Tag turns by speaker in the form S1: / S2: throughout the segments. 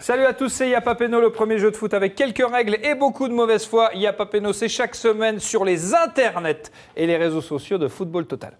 S1: Salut à tous, c'est Yapapeno, le premier jeu de foot avec quelques règles et beaucoup de mauvaise foi. Yapapeno, c'est chaque semaine sur les internets et les réseaux sociaux de Football Total.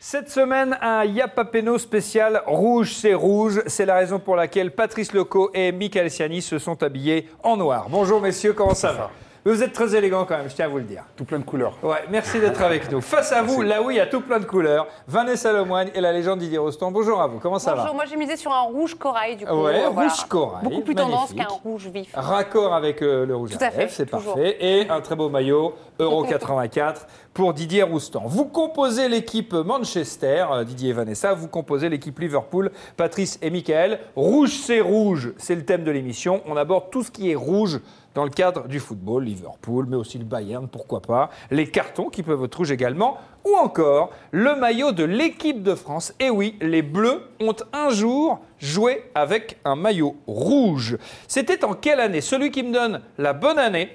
S1: Cette semaine, un Yapapeno spécial rouge, c'est rouge. C'est la raison pour laquelle Patrice Loco et Michael Siani se sont habillés en noir. Bonjour messieurs, comment ça va Vous êtes très élégants quand même, je tiens à vous le dire.
S2: Tout plein de couleurs.
S1: Ouais, merci d'être avec nous. Face à vous, là oui, il y a tout plein de couleurs. Vanessa Lemoigne et la légende Didier Rostand. Bonjour à vous, comment ça
S3: Bonjour,
S1: va
S3: moi j'ai misé sur un rouge corail du coup.
S1: Ouais,
S3: euh, voilà.
S1: rouge corail,
S3: Beaucoup plus tendance
S1: magnifique. Ah.
S3: qu'un rouge vif.
S1: Raccord avec euh, le rouge
S3: Tout à
S1: à lèvres,
S3: fait,
S1: c'est
S3: toujours.
S1: parfait. Et un très beau maillot, Euro 84, pour Didier Roustan. Vous composez l'équipe Manchester, euh, Didier et Vanessa. Vous composez l'équipe Liverpool, Patrice et Michael. Rouge, c'est rouge, c'est le thème de l'émission. On aborde tout ce qui est rouge dans le cadre du football, Liverpool, mais aussi le Bayern, pourquoi pas. Les cartons qui peuvent être rouges également. Ou encore le maillot de l'équipe de France. Et oui, les Bleus ont un jour joué avec un maillot rouge. C'était en quelle année Celui qui me donne la bonne année,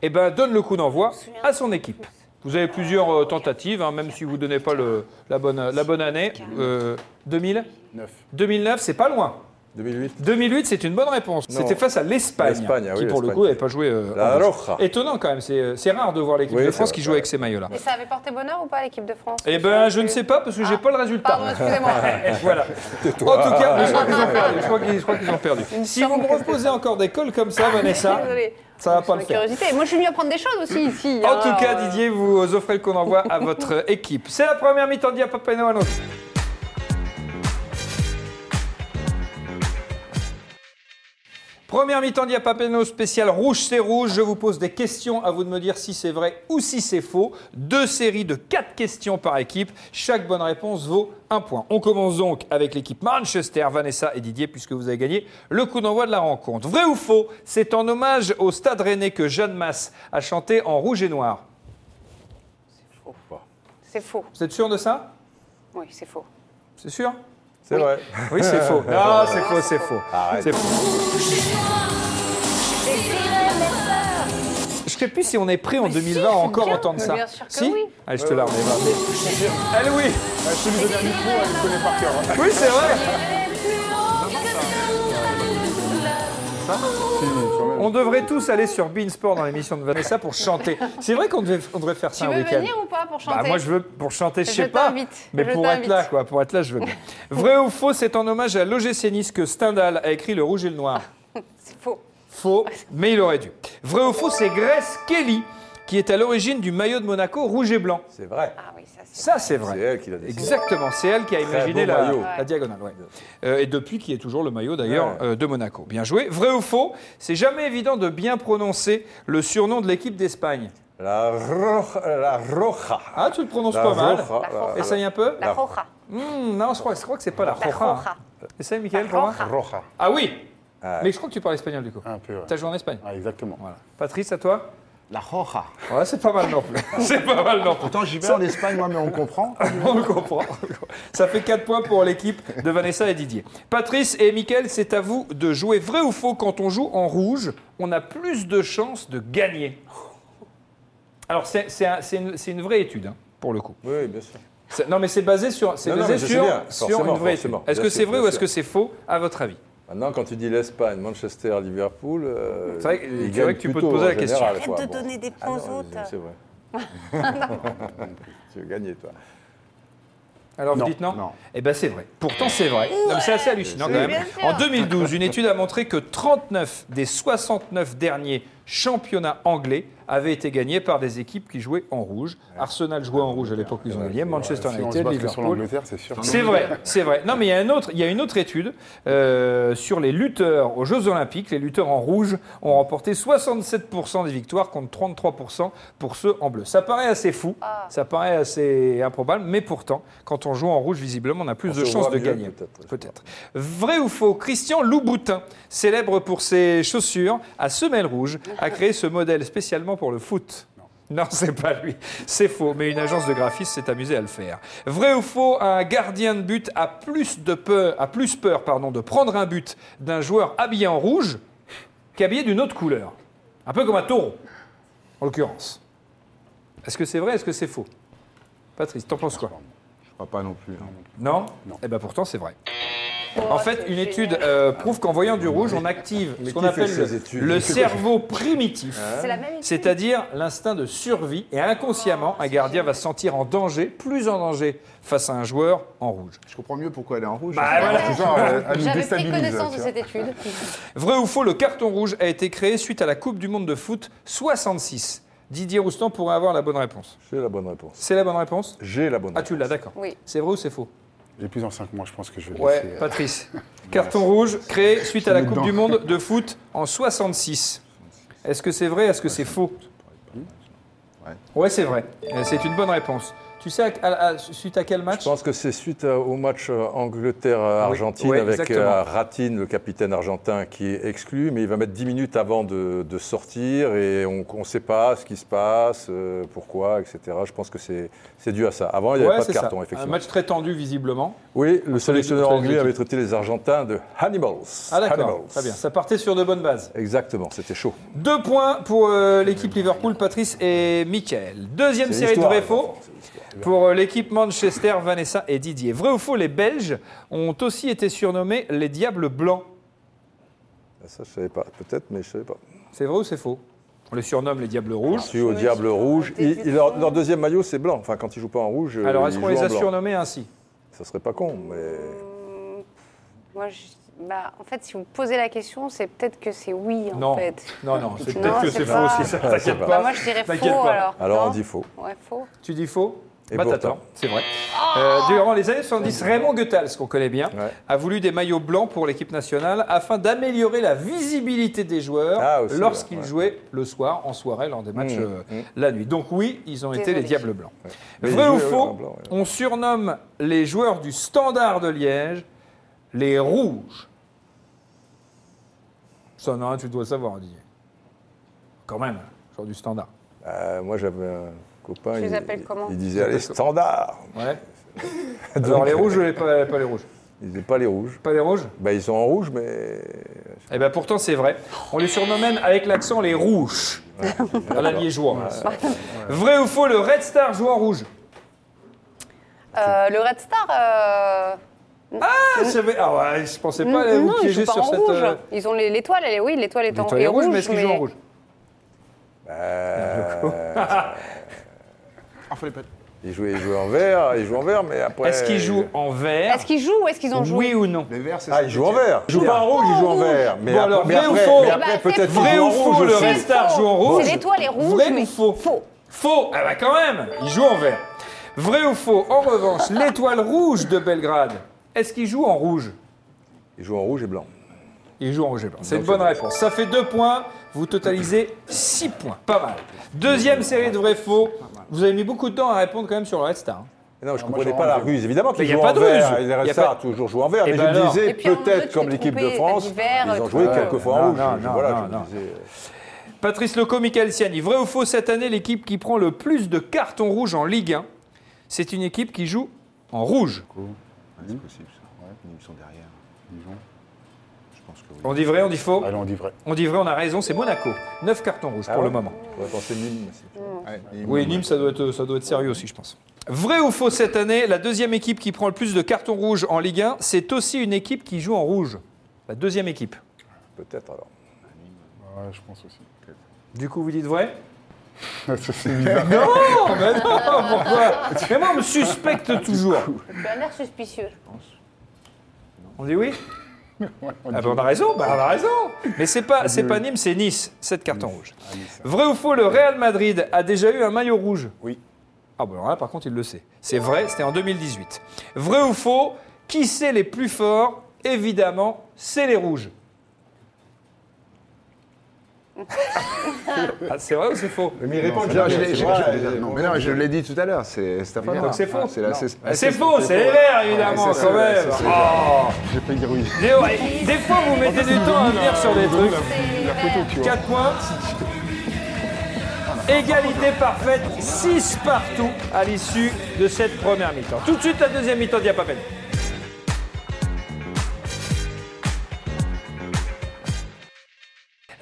S1: eh ben, donne le coup d'envoi à son équipe. Vous avez plusieurs euh, tentatives, hein, même si vous ne donnez pas le- la, bonne, la bonne année. Euh, 2000
S2: 9.
S1: 2009, c'est pas loin.
S4: 2008.
S1: 2008, c'est une bonne réponse.
S4: Non.
S1: C'était face à l'Espagne,
S4: L'Espagne, ah
S1: qui
S4: oui,
S1: pour le
S4: l'Espagne.
S1: coup n'avait pas joué. euh,
S4: La
S1: en rouge.
S4: Roja.
S1: Étonnant quand même, c'est euh, c'est rare de voir l'équipe
S4: Oui,
S1: de
S4: c'est
S1: France
S4: vrai,
S1: qui joue
S4: c'est
S1: avec
S4: vrai.
S1: ces maillots-là.
S3: Et ça avait porté bonheur ou pas à l'équipe de France
S1: Eh ben, je ne sais pas parce que j'ai pas le résultat.
S3: Pardon, excusez-moi.
S1: voilà. En tout cas, je crois qu'ils ont perdu. Je crois qu'ils- je crois qu'ils ont perdu. Si vous
S3: chambre.
S1: me reposez encore des cols comme ça, Vanessa,
S3: Désolée.
S1: ça va
S3: C'est
S1: pas
S3: ma
S1: le faire.
S3: curiosité. Moi je suis venue apprendre des choses aussi ici.
S1: En
S3: hein,
S1: tout cas,
S3: euh,
S1: Didier, vous offrez le qu'on envoie à votre équipe. C'est la première mi-temps de Diapapeno à Londres. Première mi-temps Diapapeno spécial rouge c'est rouge. Je vous pose des questions à vous de me dire si c'est vrai ou si c'est faux. Deux séries de quatre questions par équipe. Chaque bonne réponse vaut un point. On commence donc avec l'équipe Manchester, Vanessa et Didier, puisque vous avez gagné le coup d'envoi de la rencontre. Vrai ou faux C'est en hommage au Stade Rennais que Jeanne Masse a chanté en rouge et noir.
S3: C'est faux.
S1: Vous êtes sûr de ça
S3: Oui, c'est faux.
S1: C'est sûr
S4: C'est vrai.
S1: Oui, c'est faux. Ah, c'est faux, c'est faux.
S4: Arrête.
S1: C'est faux. Je sais plus si on est prêt en 2020 à encore
S3: bien,
S1: entendre
S3: mais
S1: ça.
S3: bien sûr que
S1: si
S3: oui.
S1: Allez, je te la remets. va.
S2: Euh,
S1: Elle, oui.
S2: Celui de dernier micro, elle le connaît par cœur. hein.
S1: Oui, c'est vrai. On devrait tous aller sur Beansport dans l'émission de Vanessa pour chanter. C'est vrai qu'on devait- on devrait faire ça
S3: Tu
S1: un
S3: veux
S1: week-end.
S3: venir ou pas pour chanter
S1: Bah, moi, je veux pour chanter, je
S3: Je
S1: sais pas.
S3: t'invite,
S1: Mais
S3: je
S1: pour être
S3: t'invite.
S1: là, quoi. Pour être là, je veux bien. Vrai ou faux, c'est en hommage à l'OGC Nice que Stendhal a écrit Le Rouge et le Noir.
S3: C'est faux.
S1: Faux, mais il aurait dû. Vrai ou faux, c'est Grace Kelly qui est à l'origine du maillot de Monaco rouge et blanc.
S4: C'est vrai.
S3: Ah oui, ça c'est.
S1: Ça, c'est
S4: C'est
S1: vrai.
S4: elle qui l'a dit.
S1: Exactement, c'est elle qui a
S4: Très
S1: imaginé
S4: beau
S1: la,
S4: maillot.
S1: la diagonale. ouais. Euh, et depuis, qui est toujours le maillot d'ailleurs
S4: Ouais.
S1: euh, de Monaco. Bien joué. Vrai ou faux, c'est jamais évident de bien prononcer le surnom de l'équipe d'Espagne.
S4: La Roja. La Roja.
S1: Ah, tu le prononces
S4: La
S1: pas mal.
S4: Roja,
S3: La
S4: la-
S3: Roja.
S1: Essaye un peu.
S3: La roja.
S1: Hmm, non, je crois, je crois que c'est pas la
S3: La
S1: Roja.
S3: roja.
S1: hein. Essaye, Michael,
S3: La
S1: pour moi.
S3: Roja.
S2: Roja.
S1: Ah oui
S4: Ah,
S1: Mais je crois que tu parles espagnol du coup.
S2: Un peu. ouais.
S1: T'as joué en Espagne.
S2: Ah, exactement.
S1: Voilà. Patrice, à toi
S2: La Roja.
S1: Ouais, c'est pas mal non plus. c'est pas mal non plus.
S2: Pourtant, j'y vais en Espagne, moi, mais on comprend.
S1: On le comprend. Ça fait 4 points pour l'équipe de Vanessa et Didier. Patrice et Mickaël, c'est à vous de jouer vrai ou faux. Quand on joue en rouge, on a plus de chances de gagner. Alors, c'est c'est un- c'est une, c'est une vraie étude, hein, pour le coup.
S4: Oui, bien sûr.
S1: C'est- Non, mais c'est basé sur, c'est
S4: Non, non,
S1: basé
S4: mais je sais
S1: sur,
S4: bien.
S1: sur
S4: Forcément,
S1: une vraie étude.
S4: forcément.
S1: Est-ce que
S4: Bien
S1: c'est
S4: sûr,
S1: vrai
S4: bien
S1: ou est-ce
S4: sûr.
S1: que c'est faux, à votre avis
S4: Maintenant, quand tu dis l'Espagne, Manchester, Liverpool. euh,
S1: C'est vrai que-
S4: ils
S1: c'est
S4: gagnent
S1: vrai que tu peux te
S4: plutôt,
S1: poser
S4: en
S1: la question.
S4: général,
S5: Arrête
S4: quoi.
S5: de
S4: Bon.
S5: donner des
S4: Ah
S5: points
S4: non,
S5: aux autres.
S4: C'est vrai. tu veux gagner, toi.
S1: Alors vous
S2: Non,
S1: dites non,
S2: non.
S1: Eh bien c'est vrai. Pourtant c'est vrai. Non, mais c'est assez hallucinant quand
S3: Mais
S1: même.
S3: bien sûr.
S1: En 2012, une étude a montré que 39 des 69 derniers championnats anglais avaient été gagnés par des équipes qui jouaient en rouge. Arsenal jouait en rouge à l'époque où ils ont gagné. Manchester
S2: Si on se
S1: United,
S2: base que sur
S1: Liverpool.
S2: l'Angleterre, c'est sûr.
S1: C'est vrai, c'est vrai. Non, mais il y a un autre- il y a une autre étude euh, sur les lutteurs aux Jeux Olympiques. Les lutteurs en rouge ont remporté 67% des victoires contre 33% pour ceux en bleu. Ça paraît assez fou, ça paraît assez improbable, mais pourtant, quand on joue en rouge, visiblement, on a plus
S4: On
S1: de
S4: se
S1: chances
S4: voit
S1: de
S4: mieux,
S1: gagner.
S4: peut-être.
S1: Peut-être. Vrai ou faux, Christian Louboutin, célèbre pour ses chaussures à semelle rouge, a créé ce modèle spécialement pour le foot. Non, c'est pas lui. C'est faux, mais une agence de graphisme s'est amusée à le faire. Vrai ou faux, un gardien de but a plus de peur, a plus peur pardon, de prendre un but d'un joueur habillé en rouge qu'habillé d'une autre couleur. Un peu comme un taureau. en l'occurrence. Est-ce que c'est vrai Est-ce que c'est faux Patrice, t'en penses quoi
S4: Je crois pas non plus.
S1: hein. Non, Eh bien pourtant, c'est vrai. En fait, une étude euh, prouve qu'en voyant du rouge, on active ce qu'on
S4: qui fait
S1: appelle
S4: ces
S1: le,
S4: études
S1: le cerveau primitif,
S3: C'est la même étude.
S1: c'est-à-dire l'instinct de survie. Et inconsciemment, un gardien va se sentir en danger, plus en danger, face à un joueur en rouge.
S2: Je comprends mieux pourquoi elle est en rouge.
S1: Bah, voilà.
S2: C'est genre, elle, elle nous
S5: J'avais pris
S2: déstabilise.
S5: connaissance
S2: tu
S5: de
S2: vois.
S5: cette étude.
S1: Vrai ou faux, le carton rouge a été créé suite à la Coupe du Monde de foot 66. Didier Roustan pourrait avoir la bonne réponse.
S4: J'ai la bonne réponse.
S1: C'est la bonne réponse
S4: J'ai la bonne
S1: Ah,
S4: réponse.
S1: tu l'as, d'accord.
S3: Oui.
S1: C'est vrai ou c'est faux
S2: J'ai plus en 5 mois, je pense que je vais
S1: Ouais,
S2: laisser, euh,
S1: Patrice. Carton rouge créé suite à la
S2: mets
S1: Coupe
S2: dedans.
S1: du Monde de foot en 66. Est-ce que c'est vrai Est-ce que c'est faux Ouais, c'est vrai. Euh, C'est une bonne réponse. Tu sais à- à- à- suite à quel
S4: Je
S1: match
S4: pense que c'est suite à- au match euh, Angleterre-Argentine
S1: Oui, ouais,
S4: avec
S1: exactement.
S4: euh, Ratine, le capitaine argentin, qui est exclu, mais il va mettre 10 minutes avant de, de sortir et on ne sait pas ce qui se passe, euh, pourquoi, etc. Je pense que c'est c'est dû à ça. Avant, il n'y avait
S1: Ouais,
S4: pas
S1: c'est
S4: de
S1: ça.
S4: carton,
S1: Un
S4: effectivement.
S1: match très tendu, visiblement.
S4: Oui, le
S1: les
S4: sélectionneur
S1: deux
S4: anglais
S1: équipes.
S4: avait traité les Argentins de Hannibals.
S1: Ah, d'accord.
S4: Hannibals.
S1: Très bien. Ça partait sur de bonnes bases.
S4: Exactement, c'était chaud.
S1: Deux points pour euh, l'équipe Liverpool, Patrice et Michael. Deuxième
S4: C'est
S1: série de
S4: l'histoire,
S1: vrai
S4: les
S1: faux.
S4: enfants, c'est l'histoire.
S1: Pour euh, l'équipe Manchester, Vanessa et Didier. Vrai ou faux, les Belges ont aussi été surnommés les Diables Blancs.
S4: Ça, je ne savais pas. Peut-être, mais je ne savais pas.
S1: C'est vrai ou c'est faux On les surnomme les Diables Rouges.
S4: Su au Diable Rouge.
S3: des
S4: Ils- ils- leur, leur deuxième maillot, c'est blanc. Enfin, quand ils ne jouent pas en rouge, euh,
S1: Alors, est-ce
S4: ils
S1: qu'on les
S4: jouent en
S1: a
S4: blanc.
S1: surnommés ainsi
S4: Ça serait pas con, mais...
S3: Moi, je- bah, en fait, si vous me posez la question, c'est peut-être que c'est oui, en
S1: Non.
S3: fait.
S1: Non, non, c'est
S3: Non,
S1: peut-être que
S3: c'est
S1: Ah, c'est faux
S3: pas-
S1: aussi, ça, t'inquiète
S4: pas.
S1: pas.
S3: Bah, moi, je dirais
S1: T'inquiète
S3: faux,
S1: pas.
S3: alors.
S4: Alors
S3: Non
S4: on dit faux.
S3: Ouais, faux.
S1: Tu dis faux
S4: Et
S1: Bah,
S4: pourtant.
S1: t'attends, c'est vrai. Euh, durant les années 70, Raymond Goethals, qu'on connaît bien,
S4: Ouais.
S1: a voulu des maillots blancs pour l'équipe nationale afin d'améliorer la visibilité des joueurs
S4: Ah, aussi,
S1: lorsqu'ils
S4: ouais.
S1: jouaient le soir, en soirée, lors des matchs
S4: Mmh,
S1: euh, la nuit. Donc oui, ils ont été
S3: Désolée.
S1: les Diables Blancs.
S4: Mais
S1: Vrai
S4: ils
S1: ou
S4: jouaient,
S1: faux
S4: ouais, en blanc, ouais.
S1: On surnomme les joueurs du Standard de Liège les Rouges. Ça, non, tu dois le savoir, Didier. Quand même, joueur du Standard.
S4: Euh, moi, j'avais un copain.
S3: Tu les
S4: il,
S3: appelles comment
S4: Il disait les standards.
S1: Ouais.
S4: Donc,
S1: Alors les Rouges, ou les pas, pas les Rouges.
S4: Ils disaient pas les rouges.
S1: Pas les Rouges
S4: Bah, ils sont en rouge, mais.
S1: Eh bien pourtant c'est vrai. On les surnomme même avec l'accent les rouges. à la liégeoise. Vrai ou faux, le Red Star joue en rouge
S3: Euh, le Red Star. euh,
S1: ah, je savais- ah ouais, je pensais pas
S3: Mm, non,
S1: vous
S3: ils
S1: piéger
S3: jouent pas
S1: sur
S3: en
S1: cette.
S3: rouge.
S1: euh,
S3: Ils ont les- l'étoile, elle est oui, l'étoile est en
S1: l'étoile est
S3: est
S1: rouge, mais est-ce qu'ils jouent en rouge
S5: euh,
S2: Ah, fallait pas être-
S4: euh, Ils jouaient, ils jouaient en vert, ils jouent en vert, mais après.
S1: Est-ce qu'ils jouent en vert
S3: Est-ce qu'ils jouent ou est-ce qu'ils ont joué
S1: Ah. Oui ou non
S2: Les verts, c'est
S4: Ah, ils jouent en vert. Ils jouent pas en rouge, ils jouent en vert. Mais
S1: Bon,
S4: après,
S1: alors,
S4: mais
S1: vrai ou
S4: après-
S1: faux
S4: mais
S1: Eh
S4: après,
S3: ben, c'est
S4: peut-être.
S1: Vrai
S4: qu'ils
S1: ou
S4: jouent en
S1: faux,
S4: rouge
S1: le
S4: aussi.
S1: Red Star
S3: faux.
S1: joue en rouge
S3: C'est l'étoile est rouge,
S1: Vrai
S3: mais
S1: ou faux
S3: faux.
S1: Faux Ah bah quand même Il joue en vert. Vrai ou faux En revanche, l'étoile rouge de Belgrade, est-ce qu'il joue en rouge
S4: Ils jouent en rouge et blanc.
S1: Il joue en rouge et blanc. C'est une
S4: Donc,
S1: bonne
S4: c'est bon.
S1: réponse. Ça fait deux points. Vous totalisez six points. Pas mal. Deuxième série de vrai-faux. Vous avez mis beaucoup de temps à répondre quand même sur le Red Star. hein.
S4: Mais non, je ne
S2: moi,
S4: comprenais
S2: j'aurais
S4: pas la
S2: enlevé.
S4: ruse. Évidemment
S1: Mais
S4: qu'ils
S1: y a
S4: jouent
S1: pas
S4: en
S1: de
S4: vert.
S1: ruse.
S4: Les
S1: Y a
S4: Red
S1: pas-
S4: Stars, toujours jouent en vert.
S1: Eh
S4: Mais je
S1: ben
S4: me
S1: alors.
S4: disais,
S3: Et puis en bleu,
S4: peut-être
S3: tu
S4: comme
S3: t'es
S4: l'équipe de
S3: trompé, t'as
S4: France.
S3: dit vert, euh,
S4: Ils ont
S3: tu
S4: joué
S3: vois.
S4: quelques fois en
S1: Non,
S4: rouge.
S1: non,
S4: Je-
S1: non,
S4: Voilà,
S1: non,
S4: je
S1: non.
S4: me disais.
S1: Patrice Loco, Michael Siani. Vrai ou faux, cette année, l'équipe qui prend le plus de cartons rouges en Ligue 1, c'est une équipe qui joue en rouge.
S2: Ouais, c'est possible, ça. Ouais, ils sont derrière. Dijon. Je pense que oui.
S1: On dit vrai, on dit faux
S5: Ah,
S2: Allez, on dit vrai.
S1: On dit vrai, on a raison, c'est Monaco. 9 cartons rouges
S4: Ah
S1: pour le
S4: ouais
S1: moment.
S4: Ouais, pensez Nîmes aussi.
S1: Oui, Nîmes, ça doit, être, ça doit être sérieux aussi, je pense. Vrai ou faux, cette année, la deuxième équipe qui prend le plus de cartons rouges en Ligue 1, c'est aussi une équipe qui joue en rouge. La deuxième équipe.
S4: Peut-être alors.
S2: Ouais, je pense aussi.
S1: Du coup, vous dites vrai
S2: c'est bizarre.
S1: Non, mais non, pourquoi Mais moi, on me suspecte toujours.
S3: Tu as l'air suspicieux.
S1: On dit oui Ah bah, on a raison, bah, on a raison. Mais c'est pas, c'est pas Nîmes, c'est Nice, cette carton rouge. Vrai ou faux, le Real Madrid a déjà eu un maillot rouge
S2: Oui.
S1: Ah bah alors là, par contre, il le sait. C'est vrai, c'était en 2018. Vrai ou faux, qui c'est les plus forts Évidemment, c'est les rouges. Ah, c'est vrai ou c'est faux
S4: Mais répondent
S2: Non, je l'ai- je- je-
S6: Non, mais non, je l'ai dit tout à l'heure, c'est Stéphane.
S1: Donc c'est faux.
S6: C'est la c'est-
S1: Ah, C'est faux, c'est les verts, évidemment,
S6: Ouais, c'est
S1: quand
S6: ça,
S1: même.
S6: c'est
S1: Oh.
S2: J'ai failli dire oui.
S1: Des, des fois, vous mettez du temps à venir sur des trucs.
S2: La photo, tu vois.
S1: 4 points. Égalité parfaite, 6 partout à l'issue de cette première mi-temps. Tout de suite, la deuxième mi-temps d'Iapapel.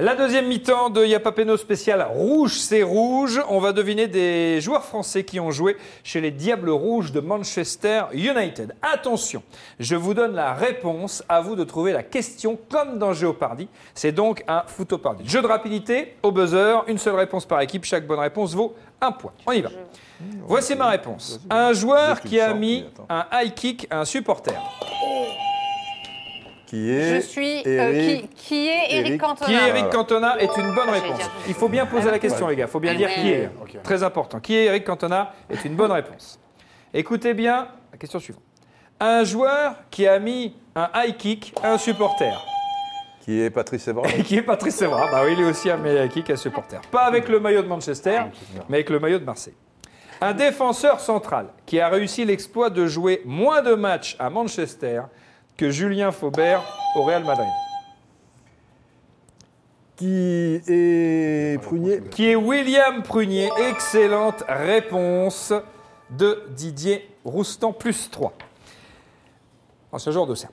S1: La deuxième mi-temps de Yapapeno spécial Rouge, c'est rouge. On va deviner des joueurs français qui ont joué chez les Diables Rouges de Manchester United. Attention, je vous donne la réponse. À vous de trouver la question comme dans Géopardy. C'est donc un footopardy. Jeu de rapidité au buzzer. Une seule réponse par équipe. Chaque bonne réponse vaut un point. On y va. Voici ma réponse. Un joueur qui a mis un high kick à un supporter.
S4: Qui
S3: Je
S4: est
S3: suis. euh,
S4: Eric-
S3: qui, qui est Eric
S4: Eric.
S3: Cantona
S1: Qui est Eric Cantona est une bonne
S3: Euh, J'allais
S1: réponse.
S3: dire.
S1: Il faut bien poser la question, les gars. Il faut bien dire qui est.
S5: Ok.
S1: Très important. Qui est Eric Cantona est une bonne réponse. Écoutez bien la question suivante. Un joueur qui a mis un high kick à un supporter.
S4: qui est Patrice Evra.
S1: Et qui est Patrice Evra. Bah oui, il est aussi un meilleur kick à supporter. Pas avec le maillot de Manchester, mais avec le maillot de Marseille. Un défenseur central qui a réussi l'exploit de jouer moins de matchs à Manchester que Julien Faubert au Real Madrid.
S4: qui est Prunier.
S1: qui est William Prunier. Excellente réponse de Didier Roustan, plus 3. Ancien joueur d'Auxerre.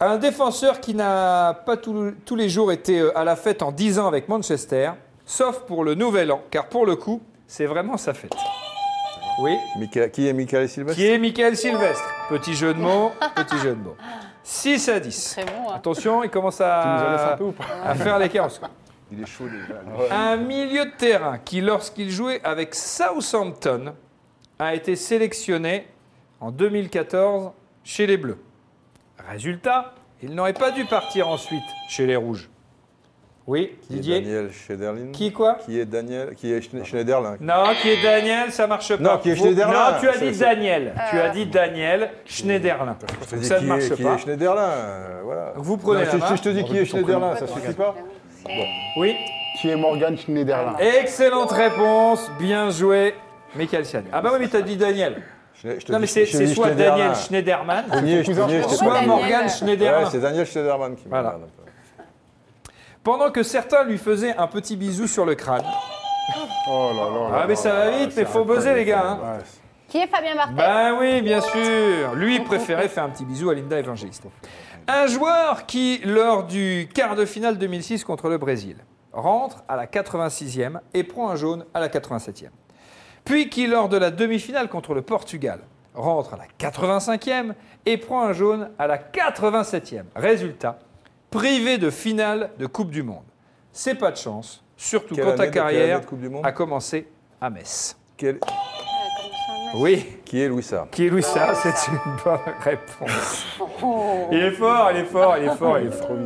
S1: Un défenseur qui n'a pas tout- tous les jours été euh, à la fête en 10 ans avec Manchester, sauf pour le Nouvel An, car pour le coup, c'est vraiment sa fête. Oui.
S4: Mica- qui est Michael Sylvestre
S1: Qui est Michael Sylvestre Petit jeu de mots, petit jeu de mots. 6 à 10.
S3: Très bon. hein.
S1: Attention, il commence à, à faire les carrosses.
S2: Il est chaud déjà. lui.
S1: Un milieu de terrain qui, lorsqu'il jouait avec Southampton, a été sélectionné en 2014 chez les Bleus. Résultat, il n'aurait pas dû partir ensuite chez les Rouges. Oui,
S4: Qui est
S1: Didier
S4: Daniel Schneiderlin.
S1: Qui quoi
S4: Qui est Daniel Qui est Schne- Schneiderlin
S1: Non, qui est Daniel, ça marche pas.
S4: Non, qui est Schneiderlin.
S1: Non, tu as dit
S4: C'est- c'est-
S1: Daniel. Tu as dit Daniel Schneiderlin.
S4: Je te dis
S1: Ça
S4: qui
S1: ne marche
S4: est, qui
S1: pas.
S4: est Schneiderlin. euh, Voilà.
S1: Vous prenez
S4: Non,
S1: la
S4: je,
S1: main.
S4: je- je te dis qui est Schneiderlin, ça
S3: Pourquoi
S4: suffit pas
S1: Oui.
S5: Qui est Morgan Schneiderlin
S1: Excellente réponse, bien joué, Michael Sian. Ah bah oui, mais t'as dit Daniel.
S4: Je- je te
S1: Non mais
S4: dis-
S1: c'est
S4: je te
S1: c'est
S4: dis
S1: soit
S4: Schneiderlin.
S1: Daniel Schneiderman,
S4: Prunier, je- Prunier, je te-
S1: soit
S3: Daniel.
S1: Morgan
S4: Ouais,
S1: Schneiderman.
S4: c'est Daniel Schneiderman qui
S1: Voilà.
S4: m'a-
S1: Pendant que certains lui faisaient un petit bisou sur le crâne.
S5: Oh là là.
S1: Ah mais ça va vite, mais faut buzzer les gars. hein.
S3: Qui est Fabien Barthez Euh,
S1: Ben oui, bien sûr. Lui préférait faire un petit bisou à Linda Evangelista. Un joueur qui, lors du quart de finale 2006 contre le Brésil, rentre à la 86e et prend un jaune à la 87e. Puis qui, lors de la demi-finale contre le Portugal, rentre à la 85e et prend un jaune à la 87e. Résultat, privé de finale de Coupe du Monde. C'est pas de chance, surtout
S4: Quelle
S1: quand ta
S4: année de- quelle année de
S1: carrière
S4: Coupe du Monde
S1: a commencé à Metz.
S4: Quel-
S1: Oui.
S4: Qui est Louis Sarr
S1: Qui est Louis Sarr C'est une bonne réponse. Il est fort, il est fort, il est fort, il est fort.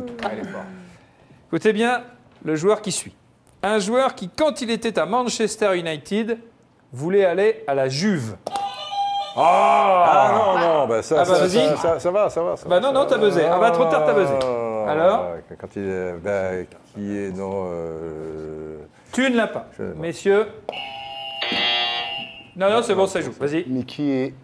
S1: Écoutez bien le joueur qui suit. Un joueur qui, quand il était à Manchester United, voulait aller à la Juve.
S4: Ah non, non, bah ça,
S1: Ah, bah,
S4: ça,
S1: vas-y.
S4: ça, ça- ça va, ça va. ça
S1: Bah
S4: va,
S1: non,
S4: ça
S1: non,
S4: va.
S1: t'as buzzé. Ah bah, trop tard, t'as buzzé.
S4: Ah,
S1: Alors
S4: Quand il est. Bah, qui est dans. euh,
S1: Tu ne l'as pas.
S4: Je l'ai pas.
S1: Messieurs. Non, non, c'est bon, ça joue. Vas-y.
S5: Mais qui est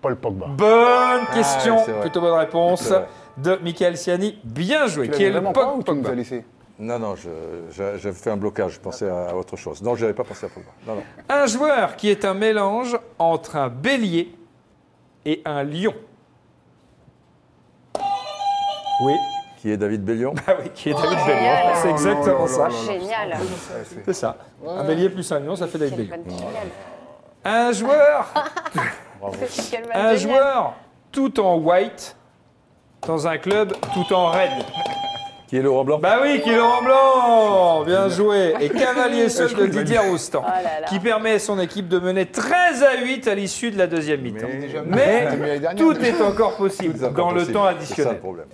S5: Paul Pogba
S1: Bonne question,
S4: Ah, c'est vrai.
S1: plutôt bonne réponse
S4: C'est vrai.
S1: de Michael Siani. Bien joué. Qui est le
S5: vraiment
S1: Pog-
S5: pas ou tu nous as laissé
S4: Non, non, je- je- j'avais fait un blocage, je pensais à autre chose. Non, je n'avais pas pensé à Pogba. Non, non.
S1: Un joueur qui est un mélange entre un bélier et un lion. Oui.
S4: Qui est David Bellion
S1: Ah oui, qui est David
S3: Oh,
S1: Bélier.
S3: génial.
S1: C'est exactement ça.
S3: Génial.
S1: Ah, C'est ça. Un bélier plus un lion, ça fait David
S3: Quelle
S1: Bélier.
S3: bonne finale.
S1: Un joueur, Ah,
S3: Quelle bonne
S1: un
S3: finale.
S1: joueur tout en white dans un club tout en raid.
S4: Qui est Laurent Blanc
S1: Bah oui, qui est Laurent Blanc Bien joué Et cavalier seul de Didier Roustan,
S3: Oh là là.
S1: qui permet à son équipe de mener 13 à 8 à l'issue de la deuxième mi-temps. Mais,
S5: Mais l'année dernière,
S1: tout est encore possible
S4: C'est
S1: dans le
S4: impossible.
S1: temps
S4: C'est ça le
S1: additionnel.
S4: problème.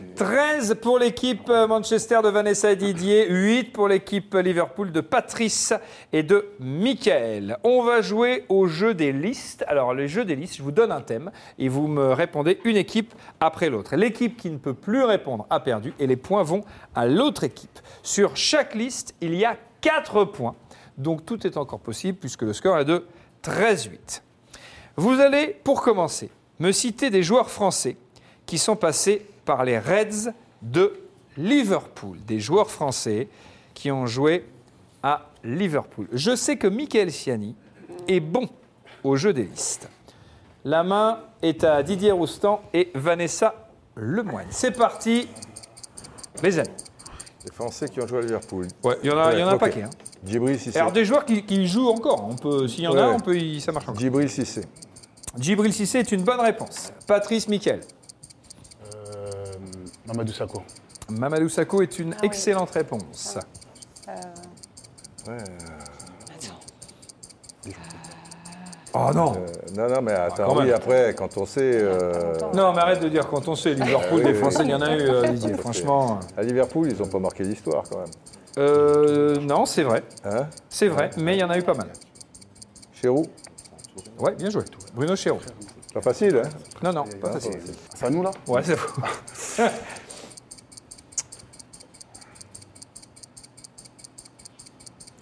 S1: Ouais. 13 pour l'équipe euh, Manchester de Vanessa et Didier, 8 pour l'équipe euh, Liverpool de Patrice et de Michael. On va jouer au jeu des listes. Alors, le jeu des listes, je vous donne un thème et vous me répondez une équipe après l'autre. L'équipe qui ne peut plus répondre a perdu et les points vont à l'autre équipe. Sur chaque liste, il y a 4 points. Donc, tout est encore possible puisque le score est de 13-8. Vous allez, pour commencer, me citer des joueurs français qui sont passés par les Reds de Liverpool. Des joueurs français qui ont joué à Liverpool. Je sais que Michael Siani est bon au jeu des listes. La main est à Didier Roustan et Vanessa Lemoine. C'est parti, les amis.
S4: Les Français qui ont joué à Liverpool.
S1: Ouais, il y en a, il y en a un
S4: ok.
S1: paquet. hein.
S4: Djibril Cissé.
S1: Alors des joueurs qui, qui jouent encore. On peut, s'il y en a,
S4: Ouais, ouais.
S1: on peut, y- ça marche encore.
S4: Djibril Cissé.
S1: Djibril Cissé est une bonne réponse. Patrice Miquel.
S5: Euh, Mamadou Sakho. Ah,
S1: Mamadou Sakho est une
S3: Ah oui. Ah
S1: excellente réponse.
S4: Euh.
S1: Oh non
S4: Euh, non, non, mais
S1: Ah, quand
S4: attends,
S1: même.
S4: oui, après, quand on sait. euh,
S3: Attends.
S1: Non, mais arrête de dire quand on sait, Liverpool,
S4: Euh,
S1: des
S4: oui,
S1: Français,
S4: oui.
S1: il y en a eu, euh, Didier, franchement.
S4: à Liverpool, ils n'ont pas marqué l'histoire quand même.
S1: Euh, non, c'est vrai,
S4: Hein
S1: c'est vrai, mais il y en a eu pas mal.
S4: Giroud
S1: Ouais, bien joué. Bruno Chéreau.
S4: Pas facile, hein
S1: Non, non, pas facile.
S5: C'est à nous là
S1: Ouais, c'est fou.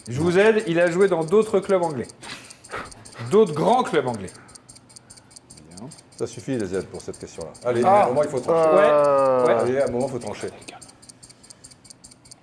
S1: Je vous aide, il a joué dans d'autres clubs anglais. D'autres grands clubs anglais.
S4: Ça suffit, les aides, pour cette question-là. Allez,
S5: Ah.
S4: à un moment, il faut trancher.
S5: Euh,
S1: Ouais.
S4: Allez, à un moment, il faut trancher.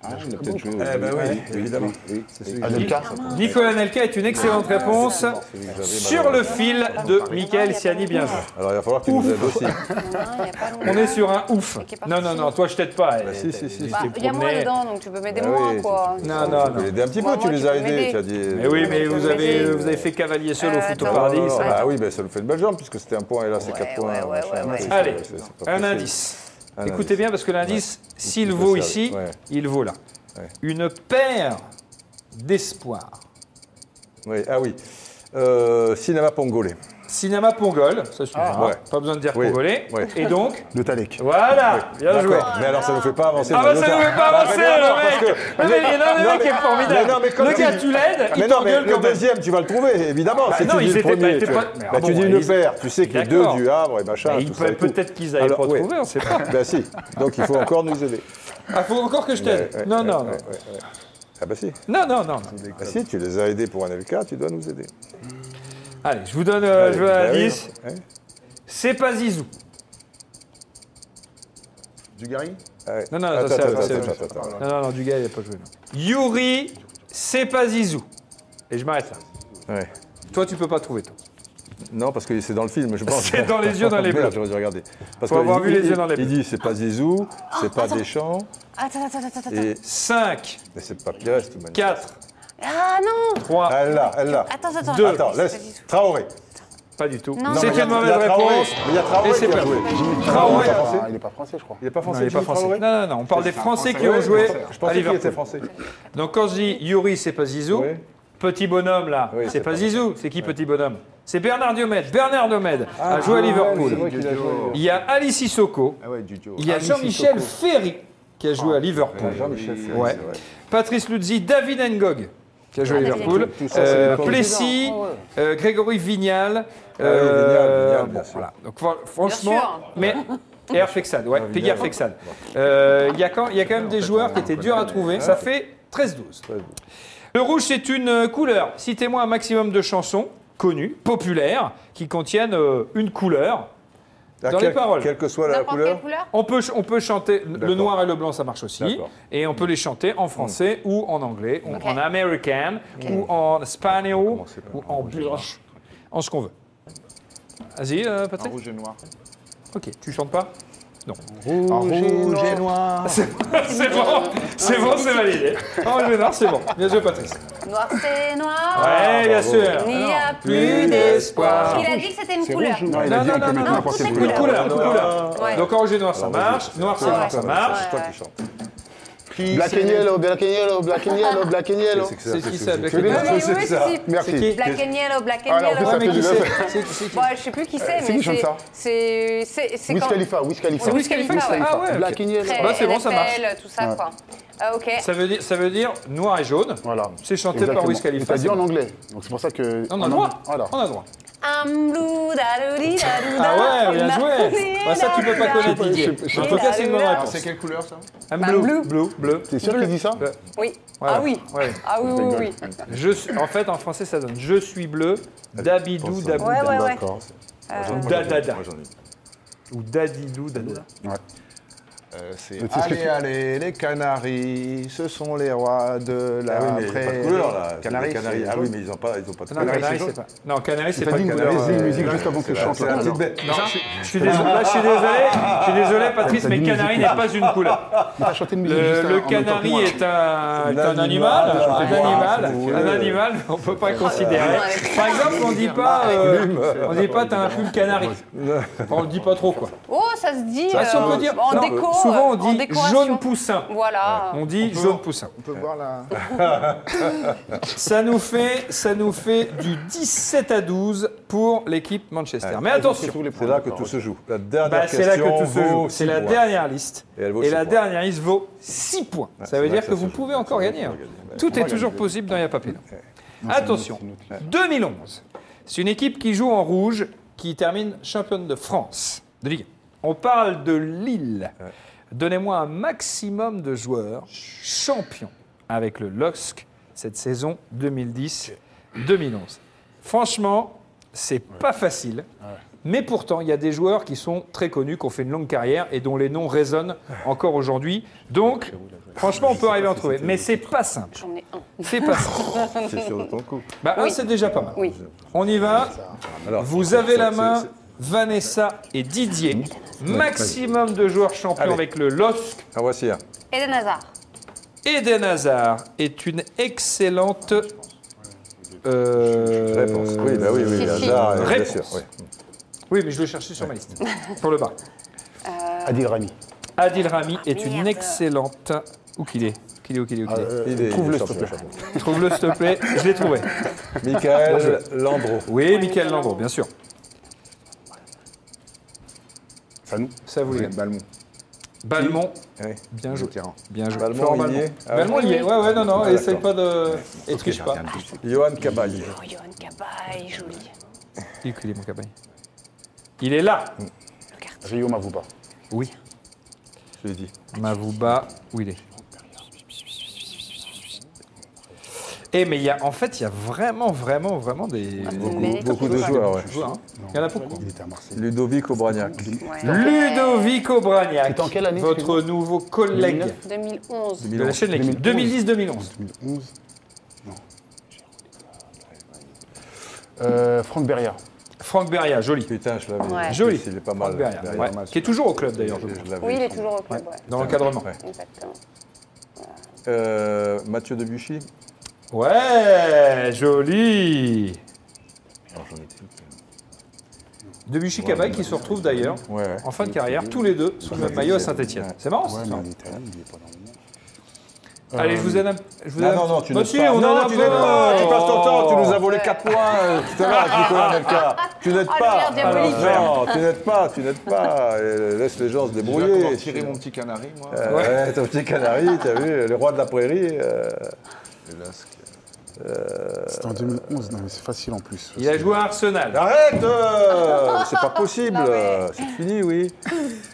S3: Eh
S2: Ah, il a peut-être joué.
S4: Eh ben oui, évidemment.
S2: Oui,
S4: C'est
S1: Eh
S4: celui
S1: ben,
S4: que
S5: Anelka
S1: Nicolas Nelka est une excellente réponse.
S4: j'avais
S1: Sur le fil de Michael Siani, bien joué.
S4: Alors, il va falloir que tu nous aides aussi.
S3: Ah. Non, il n'y a pas longtemps.
S1: On est sur un ouf.
S3: Et qui est parti.
S1: Non, non, non, toi je t'aide pas.
S4: Bah, si, si, si.
S3: Bah,
S1: t'es
S3: Il y a moi
S1: promené.
S3: dedans, donc tu peux m'aider
S4: Bah
S3: moins,
S4: oui,
S3: quoi.
S4: c'est-
S1: Ah Non, non,
S4: Tu peux
S1: non.
S4: l'aider un petit peu,
S3: Moi,
S4: tu
S3: moi,
S4: les
S3: tu
S4: as
S3: peux
S4: aidés.
S3: m'aider.
S4: Tu as dit.
S1: Mais Eh oui, mais
S3: Je
S1: vous
S3: vais
S1: avez,
S3: m'aider.
S1: vous avez fait cavalier seul au
S3: Euh,
S1: foot au
S3: attends.
S1: paradis.
S4: Ah,
S1: ça va.
S4: oui, ben, ça nous fait une belle jambe puisque c'était un point et là c'est
S3: Ouais,
S4: 4 points.
S3: ouais, ouais,
S4: machin,
S3: ouais, ouais.
S4: c'est-
S1: Allez,
S4: c'est- c'est pas
S1: Un
S4: possible.
S1: indice.
S4: Un
S1: Écoutez
S4: indice.
S1: bien parce que l'indice, s'il
S4: Il
S1: vaut
S4: peut
S1: ici,
S4: servir, ouais.
S1: il vaut là.
S4: Ouais.
S1: Une paire d'espoir.
S4: Oui, ah oui. Euh, cinéma pongolais.
S1: Cinéma pongol, ça suffit. hein.
S4: Ah. ouais.
S1: Pas besoin de dire
S4: Oui,
S1: congolais.
S4: ouais.
S1: Et donc,
S5: De Talek.
S1: voilà, bien joué.
S4: D'accord. Mais alors ça nous fait pas avancer.
S1: Ah
S4: dans
S1: bah
S4: le
S1: ça
S4: temps.
S1: ne veut pas
S4: Ah,
S1: avancer
S4: mais non, parce
S1: le mec
S4: que-
S1: Non mais il y en a un
S4: Non,
S1: mec qui est
S4: mais-
S1: formidable
S4: Mais non, mais quand
S1: Le
S4: tu-
S1: gars tu l'aides, il
S4: Ah, Mais non, mais
S1: t'engueule
S4: le
S1: quand même Ah,
S4: deuxième, tu vas le trouver, évidemment. si
S1: non,
S4: tu
S1: ils
S4: dis le
S1: étaient pas-
S4: premier,
S1: étaient
S4: tu
S1: pas-
S4: vois.
S1: mais
S4: Bah,
S1: bon,
S4: tu dis
S1: ils-
S4: une paire, tu sais que les deux
S1: D'accord.
S4: du Havre et machin.
S1: Mais il
S4: tout
S1: peut-
S4: ça et tout.
S1: Peut-être qu'ils n'avaient
S4: Alors,
S1: pas
S4: ouais.
S1: trouvé, on sait pas.
S4: Bah si, donc il faut encore nous aider.
S1: Ah, faut encore que je t'aide.
S4: Ouais, ouais,
S1: non,
S4: ouais,
S1: non,
S4: ouais,
S1: non.
S4: ouais, ouais. Ah bah si.
S1: non, non, non, non.
S4: Ah si, tu les as aidés pour un LK, tu dois nous aider.
S1: Allez, je vous donne, euh, je veux un
S4: Bah oui,
S1: indice.
S4: hein.
S1: C'est pas Zizou.
S5: Dugarry
S4: Ouais.
S1: Non, non,
S4: Attends,
S1: ça, c'est-
S4: attends,
S1: c'est-
S4: attends, attends, attends.
S1: Non, non, non, du gars, il n'a pas joué. non. Yuri, c'est pas Zizou. Et je m'arrête là.
S4: Ouais.
S1: Toi, tu peux pas trouver, toi.
S4: Non, parce que c'est dans le film, je pense.
S1: C'est dans les yeux, dans les bleus.
S4: Merde, J'aurais dû regarder. Parce
S1: Faut
S4: que
S1: avoir
S4: il-
S1: vu les
S4: il-
S1: yeux dans les
S4: Il dit, c'est pas Zizou, c'est pas Deschamps,
S3: Oh, Attends, attends, attends, attends.
S4: et
S1: 5,
S4: mais c'est pas Pires, de toute manière.
S1: 4,
S3: Ah non
S1: 3,
S4: Elle l'a, elle l'a.
S3: Attends, attends,
S1: Deux.
S4: Attends,
S3: c'est pas
S4: laisse.
S3: Zizou.
S4: Traoré.
S1: pas du tout.
S3: Non,
S1: C'est
S3: mais il y a-
S1: une mauvaise
S4: il y a Traoré,
S1: réponse.
S4: mais il y a Traoré
S1: Et c'est
S4: qui a
S1: pas
S4: joué.
S1: Traoré.
S5: Il est pas français, je crois.
S4: Il n'est pas
S1: Non,
S4: français,
S1: il est pas
S4: Jimmy
S1: français.
S4: Traoré
S1: Non, non, non, on parle des Français qui ont joué
S4: Je
S1: à
S4: pensais qu'il était
S1: Liverpool.
S4: français.
S1: Donc quand je dis Yuri, c'est pas Zizou,
S4: Oui.
S1: petit bonhomme là,
S4: Oui,
S1: c'est
S4: c'est
S1: pas
S4: pas
S1: Zizou, c'est qui petit bonhomme C'est Bernard Diomède. Bernard Diomède a joué à
S4: C'est vrai
S1: Liverpool.
S4: qu'il a joué.
S1: Il y a Ali Sissoko,
S2: Ah ouais, Dudio.
S1: il y a Jean-Michel Ferry qui a joué à Liverpool.
S4: Ah, Jean-Michel Ferry,
S1: Ouais.
S4: c'est vrai.
S1: Patrice Luzzi, David Ngog qui a joué à
S3: Ah,
S1: Liverpool,
S4: Tout ça, c'est
S1: euh,
S4: des Portugais.
S1: Plessis, euh, Grégory Vignal.
S4: Ah
S1: euh,
S4: oui, Vignal, Vignal, bien
S1: bon,
S4: sûr.
S1: voilà. Donc fran- franchement,
S3: Bien sûr.
S1: mais et Arfexad, ouais,
S4: Ah, Vignal.
S1: Peggy Arfexad. Euh, Il y a quand il y a quand même des joueurs qui étaient durs à
S4: Ah.
S1: trouver. Ça fait 13-12. Le rouge, c'est une couleur. Citez-moi un maximum de chansons connues, populaires, qui contiennent euh, une couleur.
S4: Ah,
S1: Dans
S4: quel-
S1: les paroles.
S4: Quelle que soit la
S3: N'importe
S4: couleur.
S3: quelle couleur
S1: On peut, ch- on peut chanter le
S4: D'accord.
S1: noir et le blanc, ça marche aussi.
S4: D'accord.
S1: Et on peut les chanter en français ou en anglais, ou
S3: Ok.
S1: en américain, ou en espagnol,
S4: commencer par
S1: ou en blanche, en ce qu'on veut. Vas-y, euh, Patrick.
S2: Rouge et noir.
S1: Ok, tu chantes pas
S2: Rouge et noir.
S1: C'est bon, c'est bon, c'est validé. En rouge et noir, c'est bon. Bien joué, Patrice.
S3: Noir, c'est noir.
S1: Ouais, bien sûr.
S3: Il n'y a plus
S1: Plus
S3: d'espoir.
S1: d'espoir.
S3: Il a dit que c'était une couleur.
S5: Non, il a
S1: Non,
S5: dit
S1: non,
S5: on peut
S1: non,
S5: mettre
S1: non,
S5: n'importe
S3: toutes
S5: quelle
S3: les
S1: Une
S5: couleur.
S1: couleur, une couleur.
S3: Ouais.
S1: Donc en rouge et noir, ça
S4: Alors,
S1: marche.
S4: vas-y.
S1: Noir, c'est
S4: Ah,
S1: noir,
S4: ouais.
S1: ça marche.
S4: C'est toi qui
S3: Ouais.
S4: chante.
S5: Black and yellow, black and yellow, black and yellow, black and yellow.
S1: C'est qui ça, Black
S5: Je l'ai
S1: and
S3: Ah, mais
S1: White
S3: oui,
S4: C'est
S3: si,
S4: ça.
S3: si.
S5: Merci.
S1: C'est qui
S3: Black and yellow, black and
S5: Ah, alors,
S1: Ouais,
S5: ça
S3: yellow.
S1: mais
S5: fait
S1: qui
S5: du
S1: c'est
S5: neuf.
S1: C'est- c'est qui
S3: Bon, je sais plus qui c'est,
S5: C'est
S3: mais
S5: qui chante
S3: c'est-
S5: ça
S3: c'est c'est c'est
S5: Wiz
S3: quand
S5: Khalifa, Wiz Khalifa.
S3: C'est Wiz Khalifa,
S5: Wiz
S3: ouais.
S1: Ah ouais, ok.
S5: Black and yellow.
S3: Après,
S1: Bah, c'est bon, ça
S3: NFL, tout ça quoi. Ah, ok.
S1: Ça veut dire- ça veut dire noir et jaune.
S5: Voilà.
S1: C'est chanté
S5: Exactement.
S1: par Wiz Khalifa.
S5: Et T'as
S1: c'est
S5: dit en anglais. Donc c'est pour ça que.
S1: On
S5: en
S1: a droit.
S5: anglais- Voilà.
S1: On a droit.
S3: I'm blue, da dou di, da dou da,
S1: Ah ouais, bien
S3: da dou
S1: joué.
S3: di,
S1: Bah, ça, tu peux pas
S3: da
S1: connaître
S3: dou da.
S1: Didier.
S5: je- je-
S1: En tout cas, c'est une bonne
S3: Alors,
S1: réponse.
S2: C'est quelle couleur ça
S1: Un
S3: Bah,
S1: bleu,
S3: bleu.
S1: bleu, bleu.
S5: T'es sûr qu'il dit ça
S3: Oui.
S1: Voilà.
S3: Ah oui.
S1: Ouais.
S3: Ah oui, oui, oui.
S1: Je suis- en fait, en français, ça donne Je suis bleu, Dabidou, Dabou,
S3: Ouais, ouais, ouais.
S4: D'accord.
S1: Dadada. Ou Dadidou, Dadada.
S5: Ouais.
S2: euh, c'est
S6: Mais c'est ce que
S2: allez,
S6: tu-
S2: allez, les Canaries, ce sont les rois de la
S4: Ah oui, mais il y a pas de couleur là. C'est
S2: Canaries,
S4: des Canaries.
S2: c'est-
S4: Ah oui, mais ils n'ont pas, ils ont pas de
S1: Non,
S4: couleur.
S1: Canaries, c'est pas. Non, Canaries, c'est
S6: T'as
S1: pas
S6: dit une
S1: Canaries,
S6: t'as dit une
S1: euh,
S6: musique juste avant que je chante.
S4: C'est la
S6: là,
S4: petite
S6: alors.
S4: bête.
S1: Non, je suis désolé, là, je suis désolé, je suis désolé, Patrice,
S6: T'as
S1: mais
S6: dit musique,
S1: canari n'est pas une couleur.
S6: Mais
S5: Ah,
S6: T'as chanté une musique
S1: Le,
S6: juste
S1: le
S6: en- en même temps que
S1: canari
S6: moi.
S1: est un,
S4: C'est
S1: est un animal, Ah, un
S4: un animal,
S1: animal,
S4: si vous voulez.
S1: un animal, on peut pas le considérer.
S3: ouais.
S1: Par exemple, on dit pas, euh, on dit pas t'as un pull canari. On le dit pas trop quoi.
S3: Oh, ça se dit.
S1: Ça, si on
S3: euh,
S1: peut dire.
S3: En
S1: non,
S3: déco.
S1: souvent on
S3: euh, en
S1: dit
S3: décoration.
S1: jaune poussin.
S3: Voilà.
S1: On dit jaune poussin.
S2: On peut
S4: euh,
S2: voir la.
S1: Ça nous fait, ça nous fait du 17 à 12 pour l'équipe Manchester. Mais attention,
S4: C'est là que tout se joue. La dernière
S1: bah, c'est
S4: question
S1: là que tout se
S4: vaut
S1: joue. C'est
S4: six
S1: la
S4: points.
S1: dernière liste.
S4: Et elle vaut
S1: Et
S4: six
S1: la
S4: points.
S1: dernière liste vaut 6 points. ça
S4: c'est
S1: veut
S4: vrai
S1: dire
S4: que
S1: que
S4: ça
S1: vous
S4: se joue.
S1: pouvez encore gagner. hein. Tout est toujours possible dans Y'a pas Pénon. Attention, 2011, c'est une équipe qui joue en rouge, qui termine championne de France, de Ligue 1. On parle de Lille. Donnez-moi un maximum de joueurs champions avec le LOSC cette saison 2010-2011. Franchement, c'est pas facile. Mais pourtant, il y a des joueurs qui sont très connus, qui ont fait une longue carrière et dont les noms résonnent encore aujourd'hui. Donc, franchement, on peut arriver à en trouver. Mais c'est pas simple.
S3: J'en ai un.
S1: C'est pas simple.
S4: C'est sur ton coup.
S1: Bah, un, c'est déjà pas mal.
S3: Oui.
S1: On y va.
S4: Alors,
S1: Vous
S4: c'est-
S1: avez
S4: c'est-
S1: la
S4: c'est-
S1: main,
S4: c'est-
S1: Vanessa et Didier. Maximum de joueurs champions
S4: Allez.
S1: avec le LOSC.
S4: En voici un.
S3: Eden Hazard.
S1: Eden Hazard est une excellente. euh,
S4: Réponse. Oui, bah oui, oui,
S3: Si, si.
S4: hasard, euh, bien
S1: Réponse.
S4: sûr. oui.
S1: Oui, mais je vais chercher sur ma liste. Pour le bas.
S5: Adil Rami.
S1: Adil Rami est une
S3: Merde.
S1: excellente. Où qu'il est Où qu'il est Où qu'il est Où qu'il est
S5: Euh,
S4: Il est-
S5: Trouve-le,
S4: il est
S5: s'il te
S4: champion,
S5: plaît.
S4: champion.
S1: Trouve-le, s'il te plaît. Je l'ai trouvé.
S4: Michael Landreau.
S1: Oui, Michael Landreau, bien sûr.
S6: Ça nous
S1: Ça vous les gars.
S6: Balmont.
S1: Balmont,
S4: Oui.
S1: bien joué.
S6: Mitterrand.
S1: Bien joué.
S4: Balmont,
S1: Florent
S4: il y
S1: Balmont.
S4: est Ah ouais.
S1: Balmont, il y est. Ouais, ouais, non, non,
S4: Ah,
S1: essaye
S4: d'accord.
S1: pas de. Et triche pas.
S4: Johan Cabaye.
S3: Oh, Johan Cabaye, joli.
S1: Il est où, il est, mon cabaye Il est là.
S4: Mm.
S5: Rio Mavuba.
S1: Oui.
S4: Je l'ai dit.
S1: Mavouba, où il est Eh, mais il y a, en fait, il y a vraiment, vraiment, vraiment des.
S3: Mais-
S4: Beaucoup de joueurs, ouais.
S1: joueurs, hein. Il y en a beaucoup.
S5: Il était à Marseille.
S4: Ludovic Obraniak.
S3: Ouais.
S1: Ludovico Bragnac,
S5: C'était en quelle année,
S1: votre nouveau collègue
S3: 2011.
S1: de la chaîne L'équipe, 2010-2011.
S5: 2011. Non. Euh, Franck Beria.
S1: Franck Beria, joli.
S4: Putain, je l'avais.
S3: Ouais.
S1: Joli.
S4: Il est pas mal.
S1: Franck Beria,
S4: Derrière,
S1: ouais.
S4: mal.
S1: qui est toujours au club d'ailleurs, je crois.
S4: Je l'avais.
S3: Oui, il est toujours au club, ouais. hein.
S1: dans l'encadrement.
S4: Ouais.
S3: Exactement.
S4: Euh, Mathieu Debuchy.
S1: Ouais, joli Debuchy Cabaye qui se retrouve d'ailleurs
S4: Ouais, ouais.
S1: en fin de carrière, tous les deux sous le même maillot à Saint-Etienne. C'est marrant ça.
S5: en Italie, il est pas dans le monde.
S1: Allez, je vous aide un je vous
S4: Ah
S1: aide un-
S4: non, non, tu
S1: Bah
S4: ne
S1: si,
S4: pas.
S1: on en
S4: non,
S1: a
S4: tu
S1: pas.
S4: n'aides pas. Tu passes ton temps, tu nous as volé
S3: Ouais.
S4: 4 points euh, tout à l'heure, Nicolas Nelka. Tu n'aides
S3: Oh, le
S4: pas.
S3: verre diabolique.
S4: non, tu n'aides pas, tu n'aides pas. Euh, Laisse les gens se débrouiller.
S2: Comment tirer mon petit canari, moi
S4: Euh, ouais, ton petit canari, t'as vu, le roi de la prairie. euh,
S5: C'était en 2011, non, mais c'est facile en plus.
S1: Il a joué à Arsenal.
S4: Arrête euh, C'est pas possible.
S3: mais-
S4: euh, C'est fini, oui.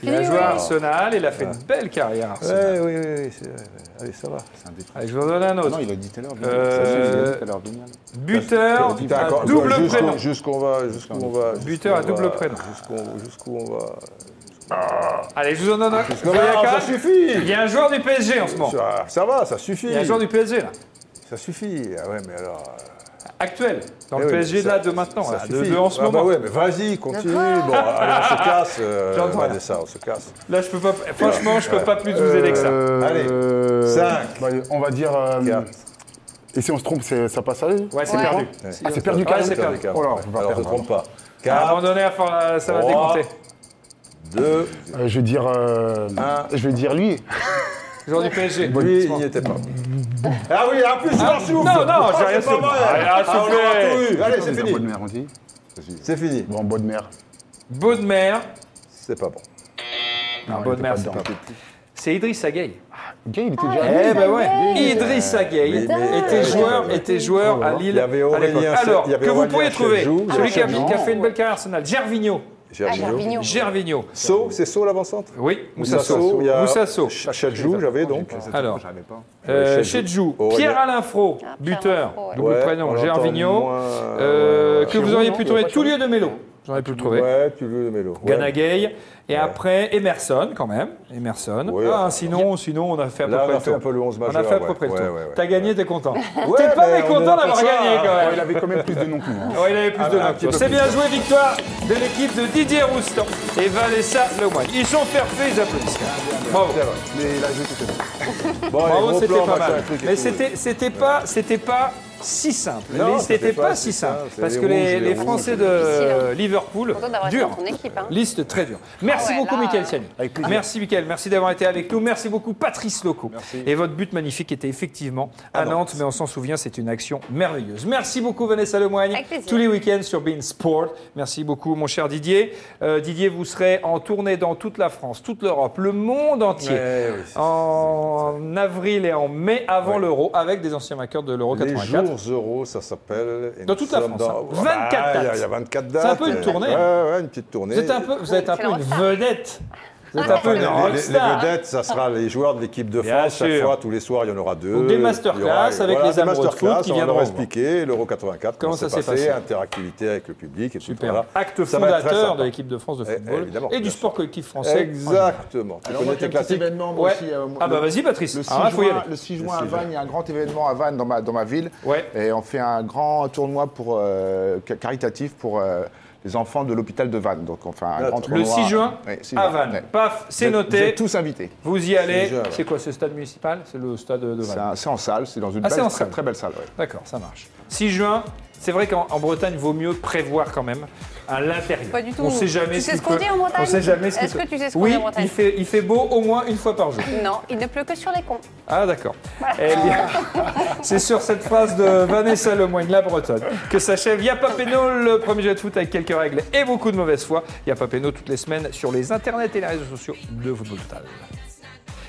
S1: Il a joué à Arsenal, il a fait une belle carrière à
S4: Ah. Ouais,
S1: Arsenal.
S4: oui, oui, oui. c'est vrai. Allez, ça va.
S6: C'est un défaut.
S1: Allez, je vous en donne un
S6: Ah Non,
S1: autre.
S6: il a dit tout à l'heure.
S1: Euh,
S6: Vignal. Il a dit tout à l'heure, Vignal.
S1: Buteur
S4: Putain,
S1: à
S4: encore-
S1: double
S4: jusqu'où-
S1: prénom.
S4: Jusqu'où on va, jusqu'où on va. jusqu'où
S1: Buteur à
S4: on
S1: double
S4: va-
S1: prénom.
S4: Jusqu'où jusqu'où on va.
S1: Allez, je vous en donne un.
S4: Non, mais
S1: Boyaka,
S4: ça
S1: Il
S4: suffit
S1: y a un joueur du PSG en ce moment.
S4: ça, ça va, ça suffit.
S1: Il y a un joueur du PSG là.
S4: Ça suffit. Ah ouais, mais alors. euh,
S1: Actuel. Dans
S4: eh
S1: le
S4: oui,
S1: PSG
S4: ça-
S1: là de maintenant.
S4: ça
S1: là, de,
S4: suffit.
S1: de en ce
S4: Ah
S1: moment.
S4: Bah ouais, mais vas-y, continue. bon, allez, on se casse. Euh,
S1: J'entends.
S4: Vanessa, on se casse.
S1: Là, je peux pas. Franchement, je peux pas plus vous aider que ça.
S5: Euh,
S4: Allez, cinq.
S5: bah, on va dire. euh,
S4: Quatre.
S5: et si on se trompe, c'est- ça passe à lui
S1: Ouais, c'est
S3: Ouais.
S1: perdu.
S5: Ah, c'est perdu carrément.
S1: c'est
S4: Pierre
S1: perdu.
S4: Descartes.
S5: Oh là, on
S4: Ouais.
S5: va
S4: alors, ne
S5: perdre.
S4: te trompe pas.
S1: À un
S4: 4,
S1: moment donné, enfin, ça va
S4: Trois.
S1: décompter.
S4: 2,
S5: Euh, je vais dire. euh,
S6: Ah.
S4: Un.
S5: Je vais dire lui.
S1: Joueur du PSG.
S4: lui, il n'y était pas. Ah oui, en plus, je leur souffle.
S1: non, non,
S4: Ah,
S1: j'ai rien
S4: c'est pas
S1: soufflé.
S4: vrai.
S1: Allez,
S4: Ah,
S1: soufflez.
S4: on l'aura tout eu.
S5: Ah,
S4: Allez, c'est
S6: C'est un bois de
S4: fini.
S6: mer, on dit.
S4: C'est fini.
S5: Bon, bonne mère.
S1: Baudemer.
S4: C'est pas bon.
S1: Non, Baudemer, c'est pas C'est Idriss Gueye.
S5: Ok, il
S6: Ah,
S5: était déjà.
S1: Eh ben ouais, Idriss Gueye
S4: Mais- mais-
S1: était
S4: euh,
S1: joueur,
S4: oui.
S1: était joueur à
S4: Il
S1: Lille
S4: y avait
S1: à l'époque.
S4: Aurélien-
S1: Alors,
S4: il y avait
S1: que vous
S4: Aurélien
S1: pouvez trouver,
S4: Chedjou.
S1: celui qui a,
S5: Chedjou.
S1: qui a fait une belle carrière arsenal, Gervinho.
S4: J'ai
S3: Ah, Gervinho.
S1: Gervinho.
S4: Saut, c'est Saut l'avant-centre
S1: Oui,
S4: Moussa
S1: Moussasso. Moussasso.
S4: Chadjou, j'avais donc.
S1: Alors,
S6: J'avais pas.
S1: euh,
S4: Chedjou.
S1: Chedjou,
S4: Aurélien.
S1: Pierre-Alain Fro,
S3: Ah, Pierre-Alain
S1: buteur,
S3: Fro, ouais.
S1: double
S4: Ouais, on
S1: prénom,
S4: l'entend
S1: Gervinho.
S4: moins,
S1: Euh,
S4: ouais.
S1: que vous auriez pu
S5: Giroud, il y a
S1: trouver
S5: pas
S1: tout lieu de Mélo. J'aurais pu le trouver.
S4: Ouais, tu veux le mélo. Ouais.
S1: Ganagay. Et après, Emerson, quand même. Emerson.
S4: Ouais,
S1: Ah,
S4: alors.
S1: sinon, sinon, on a fait à peu
S4: Là,
S1: près
S4: on a
S1: le
S4: fait
S1: tour.
S4: un peu le 11
S1: On
S4: majeur.
S1: a fait à peu
S4: ouais.
S1: près le
S4: Ouais,
S1: tour.
S4: ouais, ouais.
S1: T'as gagné, t'es content.
S4: Ouais,
S1: t'es pas
S4: mais on
S1: mécontent
S4: est Ah,
S1: d'avoir
S4: pour ça,
S1: gagné, quand
S6: Ouais,
S1: même. Ah,
S6: il avait quand même plus de noms que nous. hein.
S1: Ouais, il avait plus de
S4: un
S1: notes.
S4: petit peu
S1: C'est
S4: plus.
S1: bien joué, victoire de l'équipe de Didier Roustan et Vanessa Lemoyne. Ils sont fair play, les applaudissements. Bravo.
S6: Mais là, je tout à l'heure.
S4: Bon, allez,
S1: Bravo,
S4: gros
S1: c'était
S4: plan,
S1: pas
S4: machin,
S1: mal.
S4: truc et
S1: Mais
S4: tout.
S1: c'était, c'était pas, c'était pas si simple. Les-
S4: Non, ça
S1: C'était
S4: fait
S1: pas
S4: pas
S1: si
S4: si
S1: simple.
S4: simple.
S1: Parce
S4: Les
S1: que les,
S4: rouges,
S1: les
S4: les
S1: Français
S4: rouges.
S1: de
S3: Difficile, hein.
S1: Liverpool,
S3: Content d'avoir été
S1: dur.
S3: dans ton équipe. Hein.
S1: Liste très dure. Merci
S3: Ah ouais,
S1: beaucoup,
S3: là,
S1: Michael
S3: euh,
S1: Siani. Merci, Michael. Merci d'avoir été avec nous. Merci beaucoup, Patrice Loco. Et votre but magnifique était effectivement à Nantes, mais on s'en souvient, c'est une action merveilleuse. Merci beaucoup, Vanessa Lemoigne.
S3: Avec plaisir.
S1: Tous les week-ends sur Bein Sport. Merci beaucoup, mon cher Didier. Euh, Didier, vous serez en tournée dans toute la France, toute l'Europe, le monde entier.
S4: Ouais, oui, c'est-
S1: En avril et en mai avant
S4: Ouais.
S1: l'euro, avec des anciens vainqueurs de l'euro
S4: Les
S1: 84.
S4: jours euros, ça s'appelle. et
S1: Dans
S4: nous
S1: toute la
S4: sommes
S1: France, hein.
S4: Ah, bah,
S1: 24
S4: il y a-
S1: dates.
S4: Il y a 24
S1: C'est
S4: dates.
S1: un peu une
S4: et-
S1: tournée,
S4: Ouais,
S1: hein.
S4: ouais, une petite tournée.
S1: Vous êtes un peu, vous êtes un
S3: c'est
S1: peu
S3: le
S1: une
S3: rockstar.
S1: vedette. Vous êtes un peu
S4: Les,
S1: une
S4: les-
S1: rockstar. hein.
S4: les vedettes, ça sera les joueurs de l'équipe de
S1: Bien
S4: France. Chaque
S1: sûr.
S4: fois, tous les soirs, il y en aura deux.
S1: Donc, des
S4: Il y aura-
S1: masterclass avec les
S4: des
S1: amoureux de foot qui
S4: masterclass, On
S1: viendront
S4: leur
S1: voir.
S4: expliquer l'Euro 84,
S1: Comment
S4: comment,
S1: ça
S4: ça
S1: s'est
S4: s'est passé,
S1: passé.
S4: interactivité avec le public et tout.
S1: Super.
S4: voilà.
S1: Acte
S4: Ça va être très
S1: fondateur
S4: sympa.
S1: de l'équipe de France de
S4: Eh,
S1: football
S4: évidemment,
S1: et du
S4: bien sûr.
S1: sport collectif français.
S4: Exactement. Tu connais tes classiques
S5: événement, euh,
S1: Ouais. Ah bah vas-y Patrice,
S5: Le 6,
S1: Ah, là, faut y
S5: juin,
S1: aller.
S5: le 6 juin à Vannes, il y a un grand événement à Vannes dans ma, dans ma ville.
S1: Ouais.
S5: Et on fait un grand tournoi pour, euh, ca- caritatif pour euh, les enfants de l'hôpital de Vannes. Donc on fait un
S4: Le
S5: grand
S1: Le
S5: tournoi.
S1: 6 juin,
S5: Ouais, 6
S1: à
S5: juin,
S1: Vannes.
S5: ouais.
S1: Paf, c'est
S5: Vous êtes- Vous
S1: noté.
S5: êtes tous invités.
S1: Vous y allez.
S4: juin, ouais.
S1: C'est quoi ce stade municipal C'est le stade de
S5: C'est
S1: Vannes.
S5: un- c'est en salle, c'est dans une
S1: Ah, c'est
S5: belle,
S1: en
S5: très,
S1: salle.
S5: très belle salle. ouais.
S1: D'accord, ça marche. 6 juin, c'est vrai qu'en en Bretagne, vaut mieux prévoir quand même à l'intérieur.
S3: Pas du tout.
S1: On sait jamais
S3: Tu
S1: ce
S3: sais
S1: qu'il
S3: ce qu'on
S1: peut-
S3: dit en Bretagne
S1: On sait jamais ce qu'il
S3: Est-ce
S1: peut-
S3: que tu sais ce qu'on
S1: Oui,
S3: dit en Bretagne
S1: il fait, il fait beau au moins une fois par jour.
S3: Non, il ne pleut que sur les cons.
S1: Ah d'accord. Eh bien, c'est sur cette phrase de Vanessa Lemoyne, la bretonne, que s'achève Yapa Péno, le premier jeu de foot avec quelques règles et beaucoup de mauvaise foi. Yapa Péno toutes les semaines sur les internets et les réseaux sociaux de Football Total.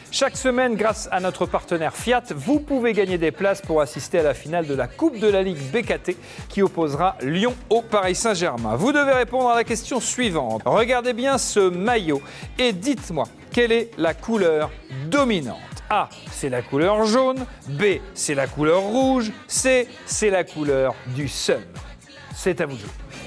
S1: Chaque semaine, grâce à notre partenaire Fiat, vous pouvez gagner des places pour assister à la finale de la Coupe de la Ligue BKT qui opposera Lyon au Paris Saint-Germain. Vous devez répondre à la question suivante. Regardez bien ce maillot et dites-moi quelle est la couleur dominante. A, c'est la couleur jaune. B, c'est la couleur rouge. C, c'est la couleur du seum. C'est à vous de jouer.